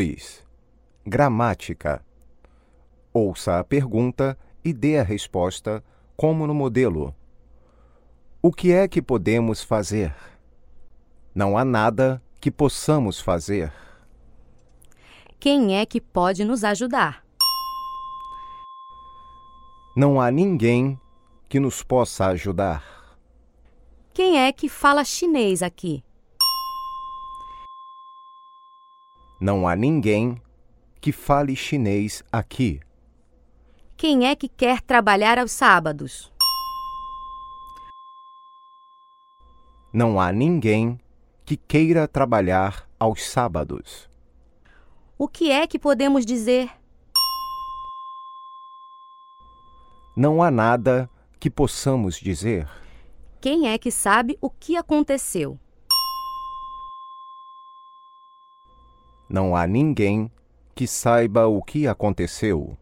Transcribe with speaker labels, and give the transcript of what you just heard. Speaker 1: 2. Gramática. Ouça a pergunta e dê a resposta, como no modelo. O que é que podemos fazer? Não há nada que possamos fazer.
Speaker 2: Quem é que pode nos ajudar?
Speaker 1: Não há ninguém que nos possa ajudar.
Speaker 2: Quem é que fala chinês aqui?
Speaker 1: Não há ninguém que fale chinês aqui.
Speaker 2: Quem é que quer trabalhar aos sábados?
Speaker 1: Não há ninguém que queira trabalhar aos sábados.
Speaker 2: O que é que podemos dizer?
Speaker 1: Não há nada que possamos dizer.
Speaker 2: Quem é que sabe o que aconteceu?
Speaker 1: Não há ninguém que saiba o que aconteceu.